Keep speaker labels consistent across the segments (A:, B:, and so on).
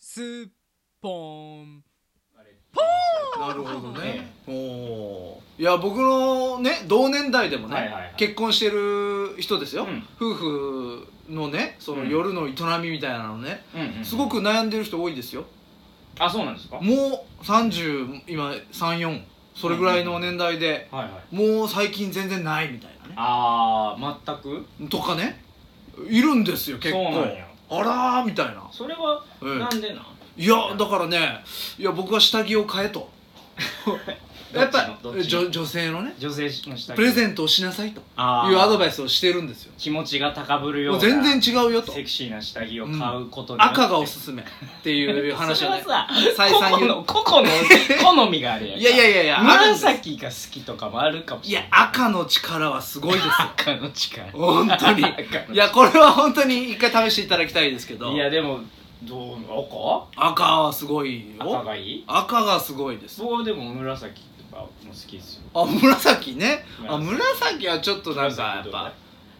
A: スッポン
B: なるほどね、おーいや僕のね同年代でもね、
C: はいはいはい
B: 結婚してる人ですよ、
C: うん
B: 夫婦のねその
C: うん
B: 夜の営みみたいなのね、
C: うんうん
B: すごく悩んでる人多いですよ
C: あそうなんですかはい
B: もう30今34それぐらいの年代で、
C: はい
B: もう最近全然ないみたいなね
C: ああ全く
B: とかねいるんですよ結構
C: そうなんや
B: あらーみたいな、
C: それは
B: ええ
C: なんでなん
B: いやだからねいや僕は下着を買えとやっぱ
C: どっちのどっちの
B: 女女性のね
C: 女性の下着
B: プレゼントをしなさいと
C: あー
B: いうアドバイスをしてるんですよ
C: 気持ちが高ぶるよう
B: も
C: な
B: う全然違うよと
C: セクシーな下着を買うことによって
B: 赤がおすすめっていう話
C: そ
B: を
C: れは
B: ね
C: さ
B: 再
C: 個
B: 三
C: 々
B: 言
C: の
B: う
C: 個々の 好みがあるやん
B: いやいやいやいやあるんです
C: 紫が好きとかもあるかもし
B: い
C: れ
B: や
C: ない
B: 赤の力はすごいですよ
C: 赤の力
B: 本当にいやこれは本当に一回試していただきたいですけど
C: いやでもどう赤
B: 赤はすごい
C: 赤
B: よ
C: がいい
B: 赤がすごいです
C: そうでも紫とかも好きですよ
B: あ紫ねあ
C: 紫
B: 紫はちょっとなんかやっ
C: 紫
B: ぱ
C: だか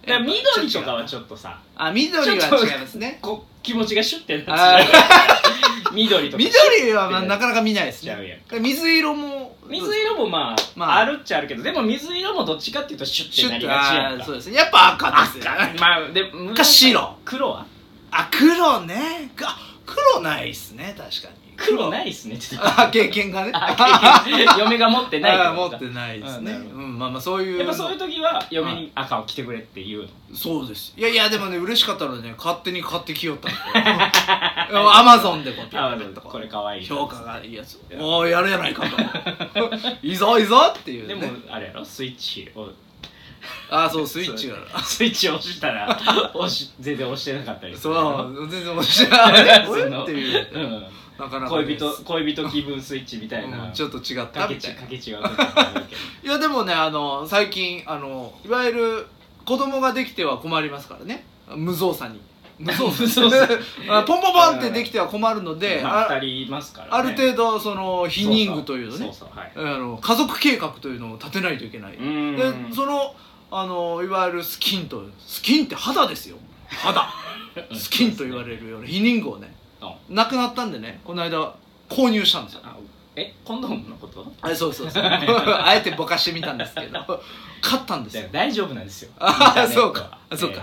C: ら緑とかは
B: ょっ
C: ちょっとさ
B: あ緑は違いますね
C: こう気持ちがシュッてな
B: あ
C: っ
B: ー
C: ちゃう 緑とか
B: 緑はまあなかなか見ないです
C: ちゃうや
B: ね
C: ん
B: 水色も
C: 水色もまあ、
B: まあ
C: あ、るっちゃあるけどでも水色もどっちかっていうとシュッ
B: シ
C: て
B: ュ
C: な
B: ッ
C: り
B: と
C: がちや
B: あ
C: ん
B: ー
C: か
B: そうですねやっぱ赤ですよね
C: 赤まあで
B: か白
C: 黒は
B: あ黒ねあ黒ないっすね確かに
C: 黒ないっすねって言ってた
B: あ経験がね
C: あ経 験嫁が持ってない
B: あ
C: って
B: 持
C: こと
B: ってないですね
C: あなるほど
B: うんまあまあそういう
C: やっぱそういう時は嫁に赤を着てくれって言うの
B: そうですいやいやでもね嬉しかったらね勝手に買ってきよった アマゾンでこうピ
C: あ
B: ョンピョンと
C: こ
B: こ
C: れかわいい
B: 評価がいいやつおーやるやないかと いいぞいいぞっていう
C: で
B: ね
C: もあれやろスイッチを
B: あそうスイッチが
C: スイッチを押したら押し全然押してなかったりす
B: そ
C: る
B: う全然面白い
C: そ
B: これ
C: の
B: っていううんなかなかね
C: 恋人恋人気分スイッチみたいな、
B: うんちょっと違った
C: かけ
B: み
C: ち
B: たいな
C: かけ違うことがあるけど
B: いやでもねあの最近あのいわゆる子供ができては困りますからね無造作に無造
C: 無造作
B: あポンポンポンってできては困るので、
C: まあ、
B: あ
C: 2人いますから、ね、
B: ある程度その避妊具というのね
C: そうそうはい
B: あの家族計画というのを立てないといけない、
C: うーん
B: でそのあのいわゆるスキンとスキンって肌ですよ 肌スキンと言われるような避妊具をね
C: う
B: なくなったんでねこの間購入したんですよ
C: あえコンドームのこと
B: あそうそう そうあえてぼかしてみたんですけど買ったんです
C: だか
B: よ
C: ら大丈夫なんですよ
B: あ
C: インター
B: あ
C: ネット
B: そ
C: は
B: うか
C: ええ
B: そうか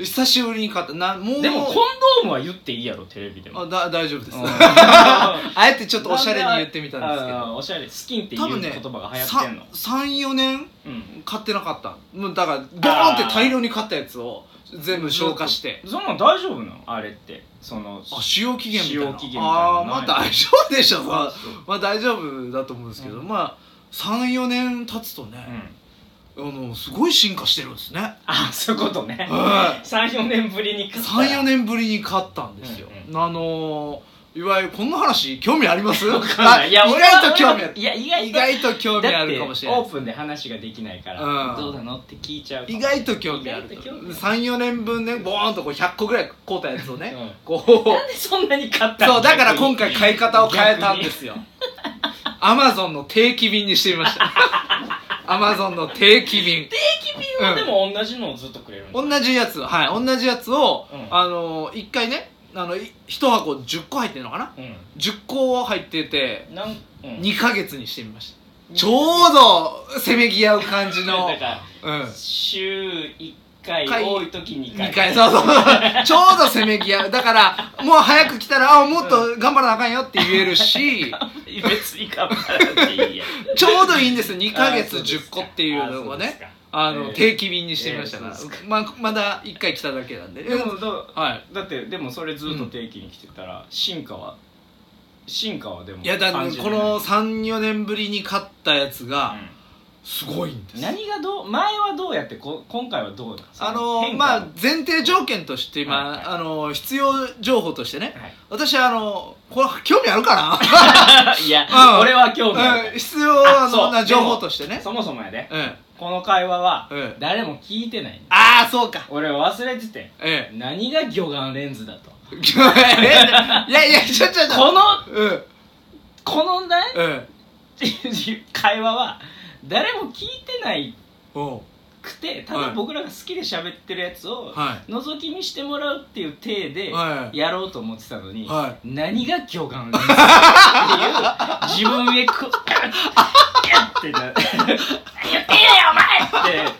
B: 久しぶりに買ったなもう
C: でもコンドームは言っていいやろテレビでも
B: あだ大丈夫です
C: ち
B: あえ てちょっとおしゃれに言ってみたんですけど
C: おしゃれスキンっていう
B: 多分
C: 言
B: ね
C: 葉が流行ってんの、
B: 34年
C: うん
B: 買ってなかったもうだからドーンって大量に買ったやつを全部消化して
C: そんなん大丈夫なのあれってその
B: あ使用期限みたいな
C: 使用期限みたいなの
B: ああ
C: ない
B: まあ大丈夫でしょまあまあ大丈夫だと思うんですけど、
C: う
B: まあ34年経つと
C: う
B: ね、
C: ん
B: あのすごい進化してるんですね
C: あそういうことね
B: はい
C: 34年ぶりに買ったら
B: 34年ぶりに買ったんですよ、
C: う
B: あのーいわゆるこの話興味あります
C: わかんな
B: あ
C: いいや
B: 意
C: 俺は
B: 外と興味ある
C: いや意外と
B: 意外と興味あるかもしれな
C: だって
B: い
C: オープンで話ができないから、
B: うん
C: どうなのって聞いちゃうかも
B: 意外と興味ある
C: 意外と興味ある
B: 34年分ねボーンとこう100個ぐらい買うたやつをね、
C: うん
B: こ
C: なん
B: う
C: でそんなに買ったの
B: そうだから今回買い方を変えたんです よアマゾンの定期便にしてみましたアマゾンの定期便
C: 定期便はでも同じのをずっとくれるんだ
B: 同じやつはい同じやつを、
C: うん
B: あのー一回ねあのい一箱10個入ってるのかな
C: うん
B: 10個入ってて
C: なん、うん、
B: 2ヶ月にしてみましたちょうどせめぎ合う感じ の、う
C: だから
B: ん、
C: 週1回
B: 回
C: 多い時2回
B: 2回そうそうちょうどせめぎ合うだからもう早く来たらあもっと頑張らなあかんよって言える し
C: 別に頑張らなくていいや
B: ちょうどいいんですよ2ヶ月
C: あーそうです
B: 10個っていうのを
C: あーそうです
B: ね
C: か
B: あ
C: え
B: の
C: ー
B: 定期便にしてみましたから、
C: えーそうです
B: ままだ1回来ただけなんで
C: でもだ
B: はい
C: だってでもそれずっと定期に来てたら、進化は進化はでも
B: いやだから
C: 感じるね
B: この34年ぶりに買ったやつが
C: う
B: すごいんで
C: ん
B: すよ
C: 何がどう前はどうやってこ今回はどうなんですか
B: あの
C: 変化
B: ま
C: は
B: あ前提条件として今、
C: はいはい
B: あの必要情報としてね
C: はい
B: 私あのこれ興味あるか
C: い や、
B: うん
C: 俺は興味あ
B: な、
C: る
B: うん、 必要
C: あそう
B: な情報としてね
C: そもそもやで
B: うんうん
C: この会話は誰も聞いてない
B: ああそうか
C: 俺は忘れてて
B: え
C: 何が魚眼レンズだと
B: えいやいやちょちょちょ
C: この
B: うん
C: このね
B: うん
C: 会話は誰も聞いてない
B: おう
C: くてただ僕らが好きで喋ってるやつを
B: は
C: 覗き見してもらうっていう体で
B: はい
C: やろうと思ってたのに、
B: は
C: 何が巨岩連鎖 っていう自分へこう「ってな 言っていいよお前!」って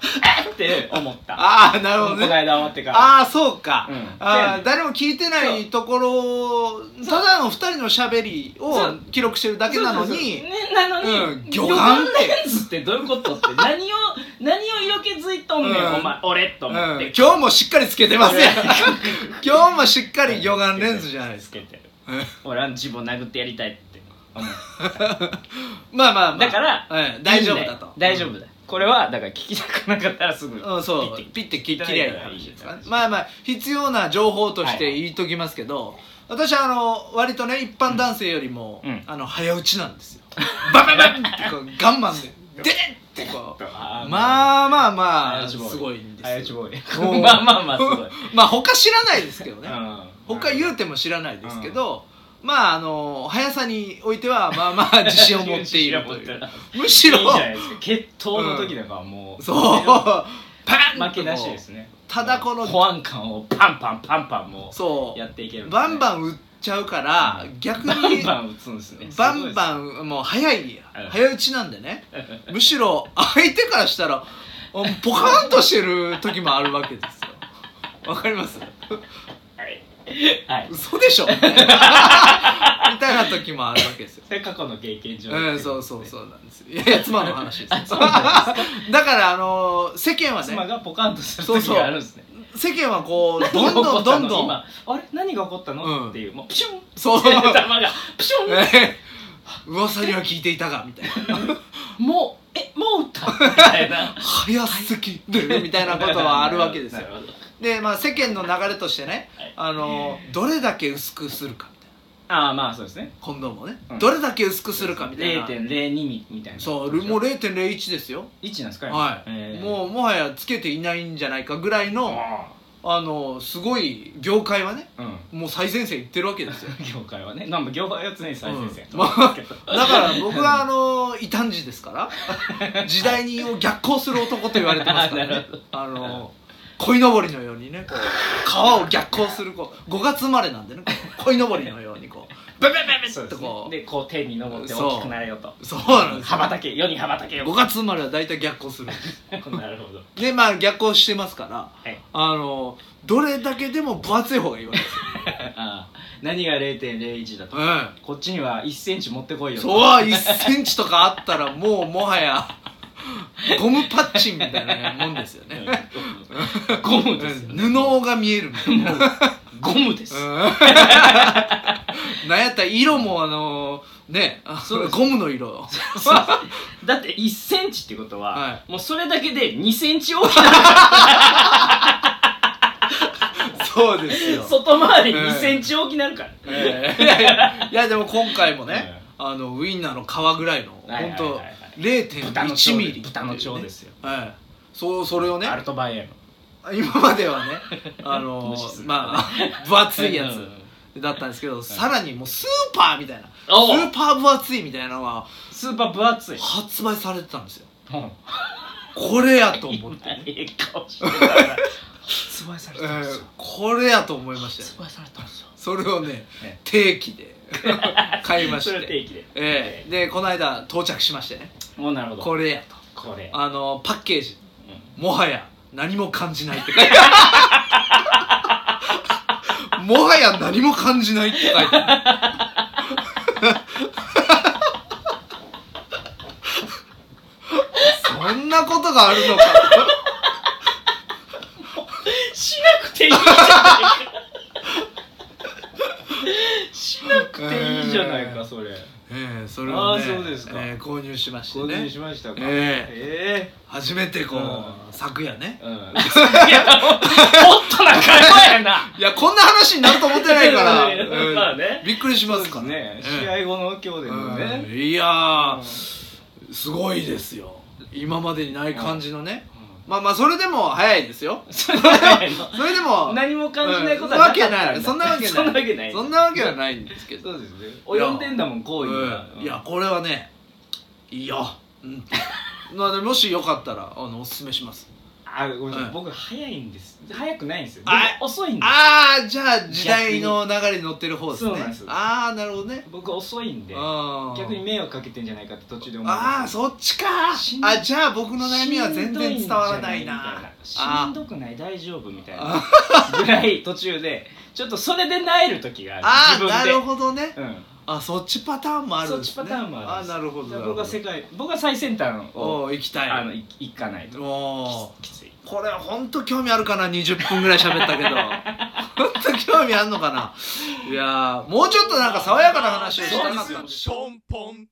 C: えっって思った
B: ああなるほ
C: こ
B: ど
C: の
B: ね
C: 間思ってから
B: ああそうか、
C: うん
B: ああ
C: そ
B: 誰も聞いてないところを
C: そ
B: た
C: う
B: だの2人のしゃべり
C: そ
B: を
C: う
B: 記録してるだけなの
C: そうそうそう
B: に
C: ね、なのに、
B: うん
C: 魚
B: 魚眼
C: 眼レンズってどういうことって何を何を色気づいとんねん、
B: うん
C: お前俺と
B: うん
C: 思って、
B: 今日もしっかりつけてますやん今日もしっか
C: ぱ
B: り魚眼レンズじゃないですか
C: つけてる俺は自分を殴ってやりたいって思う
B: まあまあまあ
C: だから
B: うん大丈夫だ
C: いいんよ
B: と
C: 大丈夫だ、これはだから聞きたくなかったらすぐ、
B: うん、そう
C: ピッて
B: ピッて切りゃいい話ですかねまあまあ必要な情報として言いときますけど、私はあの割とね一般男性よりも、
C: うん
B: あの早打ちなんですよバババンってこうガンマン でデデンってこう
C: あー
B: まあまあま
C: 早
B: あ
C: 打
B: す
C: ちボーイ
B: ごいん
C: 早打
B: で
C: ち
B: すよ
C: ボーイ
B: うん
C: まあまあまあすごい、
B: まあ他知らないですけどね、
C: うん
B: 他言うても知らないですけど、まああの速さにおいてはまあまあ自信を持っているとい
C: 自信
B: う
C: を持って
B: むしろ
C: いいじゃないですか決闘の時なんかはもう、
B: そうパン
C: 負けなしですね
B: ただこの
C: 保安官をパンパンパンパンも
B: そう
C: やっていけるんですね
B: バンバン打っちゃうから逆
C: バン
B: に
C: バン打つんですね
B: バン
C: ン
B: バンもう早い
C: うん
B: 早打ちなんでねむしろ相手からしたらあポカーンとしてる時もあるわけですよわかります
C: はい、はい、
B: 嘘でしょみたいな時もあるわけですよ
C: それ過去の経験上
B: うん、そうそう
C: う
B: そうなんですいやいや妻の話です
C: あそ
B: よ
C: うなん で
B: だからあの世間は
C: 妻
B: ね
C: がポカンとする
B: そう
C: 時
B: そう
C: があるんですね
B: 世間はこう どんどんどんどん
C: 今あれ何が起こったの、
B: うん
C: っていうもうピシュン
B: そう
C: って球 がピシュン
B: えー噂には聞いていたがみたい な
C: もうえもう打ったみたいな
B: 早すぎるみたいなことはあるわけですよ
C: なるほど
B: で、まあ、世間の流れとしてね、
C: はい
B: あのどれだけ薄くするかみたいな
C: ああまあそうですね
B: コンドームをね、
C: うん
B: どれだけ薄くするかみたいな
C: 0.02ミリみたいな
B: そうもう0.01ですよ
C: 1なんですか
B: はい、
C: う
B: もうもはやつけていないんじゃないかぐらいの、
C: あ
B: あのすごい業界はね
C: あうん
B: もう最前線いってるわけですよ
C: 業界はねなんか業界は常に最前線
B: うんまあだから僕はあの異端児ですから時代にを逆行する男と言われてますから
C: なる
B: ねあの鯉のぼりのようにねこう川を逆行するこう5月生まれなんでねこう鯉のぼりのようにこうブブ
C: そう
B: ブブっ
C: で
B: て
C: すね
B: こう
C: でこう天に登って大きくなれよと
B: そうなんです
C: 羽ばたけ世に羽ばたけよ
B: 5月生まれは大体逆行するんです
C: なるほど
B: でまあ逆行してますから
C: はい
B: あのどれだけでも分厚い方がいいわけですよ、
C: ああ何が0.01だと
B: うん
C: こっちには1センチ持ってこいよと
B: そう1センチとかあったらもうもは やゴムパッチンみたいなもんですよね
C: うんゴムですよね
B: 布が見えるみたいな
C: ゴムです
B: うん なんやったら色もあのねあ
C: そうです
B: ゴムの色
C: そうだって1センチってことは、
B: は
C: もうそれだけで2センチ大きな
B: そうですよ
C: 外回り2センチ大きなるから、
B: ええいやいやいやでも今回もね、あのウインナーの皮ぐらいの
C: はいはい
B: 本当
C: はいはい豚の腸
B: 0.1ミリ
C: 豚の腸ですよ、
B: はいそうそれをね
C: アルトバイエの
B: 今まではねあの
C: 無視する
B: まあ分厚いや
C: う
B: つ
C: ん
B: だったんですけど、さらにもうスーパーみたいなス
C: おう
B: ーパー分厚いみたいなのが
C: スーパー分厚い、
B: 発売されてたんですよ
C: うん
B: これやと思って、
C: ええ顔してたから発売され
B: え
C: たんです
B: ー
C: よ、
B: これやと思いましたよ
C: 発売されたんですよ
B: それをね
C: ね
B: 定期 で買いまし
C: それ定
B: て
C: 期で
B: えーでこの間到着しましてね
C: もうなるほど
B: これやと
C: これ
B: あのパッケージ
C: う
B: もはや何も感じないって書いてある もはや何も感じないって書いてあるそんなことがあるのか
C: んしなくていいじゃないかしなくていいじゃないか、
B: えー
C: それ
B: ええそれを、ね
C: あーそうですか
B: ええ購入しまして
C: 購入
B: ね
C: しましたかえ
B: え初めてこう、
C: うん
B: 昨夜ね
C: えうん いやもっと仲間やない
B: やこんな話になると思ってないから、
C: いやいや
B: うん
C: まあね
B: びっくりしますから
C: ね
B: ええ
C: 試合後の今日でも
B: う
C: ね
B: んいやーすごいですよ今までにない感じのね、まあまあそれでも早いですよ
C: そんなないの
B: それでも
C: 何も感じないことは
B: うん
C: なかった
B: そんなわけない
C: そんなわけない
B: そんなわけはないんですけど、
C: そうですね及んでんだもん行為が
B: うんいやこれはねいいよ、うん、なのでもしよかったらあのおすすめします
C: あごめんなさ
B: う
C: い
B: ん
C: 僕早いんです早くないんですよ
B: あ
C: 僕遅いんで
B: ああじゃあ時代の流れに乗ってる方ですね
C: そうなんです
B: ああなるほどね
C: す僕遅いんで
B: あー
C: 逆に迷惑かけてんじゃないかって途中で思い
B: ああ
C: ます
B: そっちか
C: しん
B: あじゃあ僕の悩みは全然伝わらないな
C: しん
B: あ
C: どくない大丈夫みたいな
B: あ
C: ぐらい途中でちょっとそれで萎える時があ
B: あ
C: る
B: ーな
C: 自
B: る
C: 分
B: ほどね
C: で、うん、
B: あそっちパターンもあるんですね
C: そっちパターンもあるんです
B: あなるほど
C: じ
B: な
C: ゃあ
B: るほ
C: 僕
B: ど
C: は世界僕は最先端
B: お
C: を
B: お行きたい
C: あのい行かないと
B: も
C: きつい
B: これ本当興味あるかな20分ぐらい喋ったけど 本当興味あんのかないやーもうちょっとなんか爽やかな話をしたかったんです
A: ションポン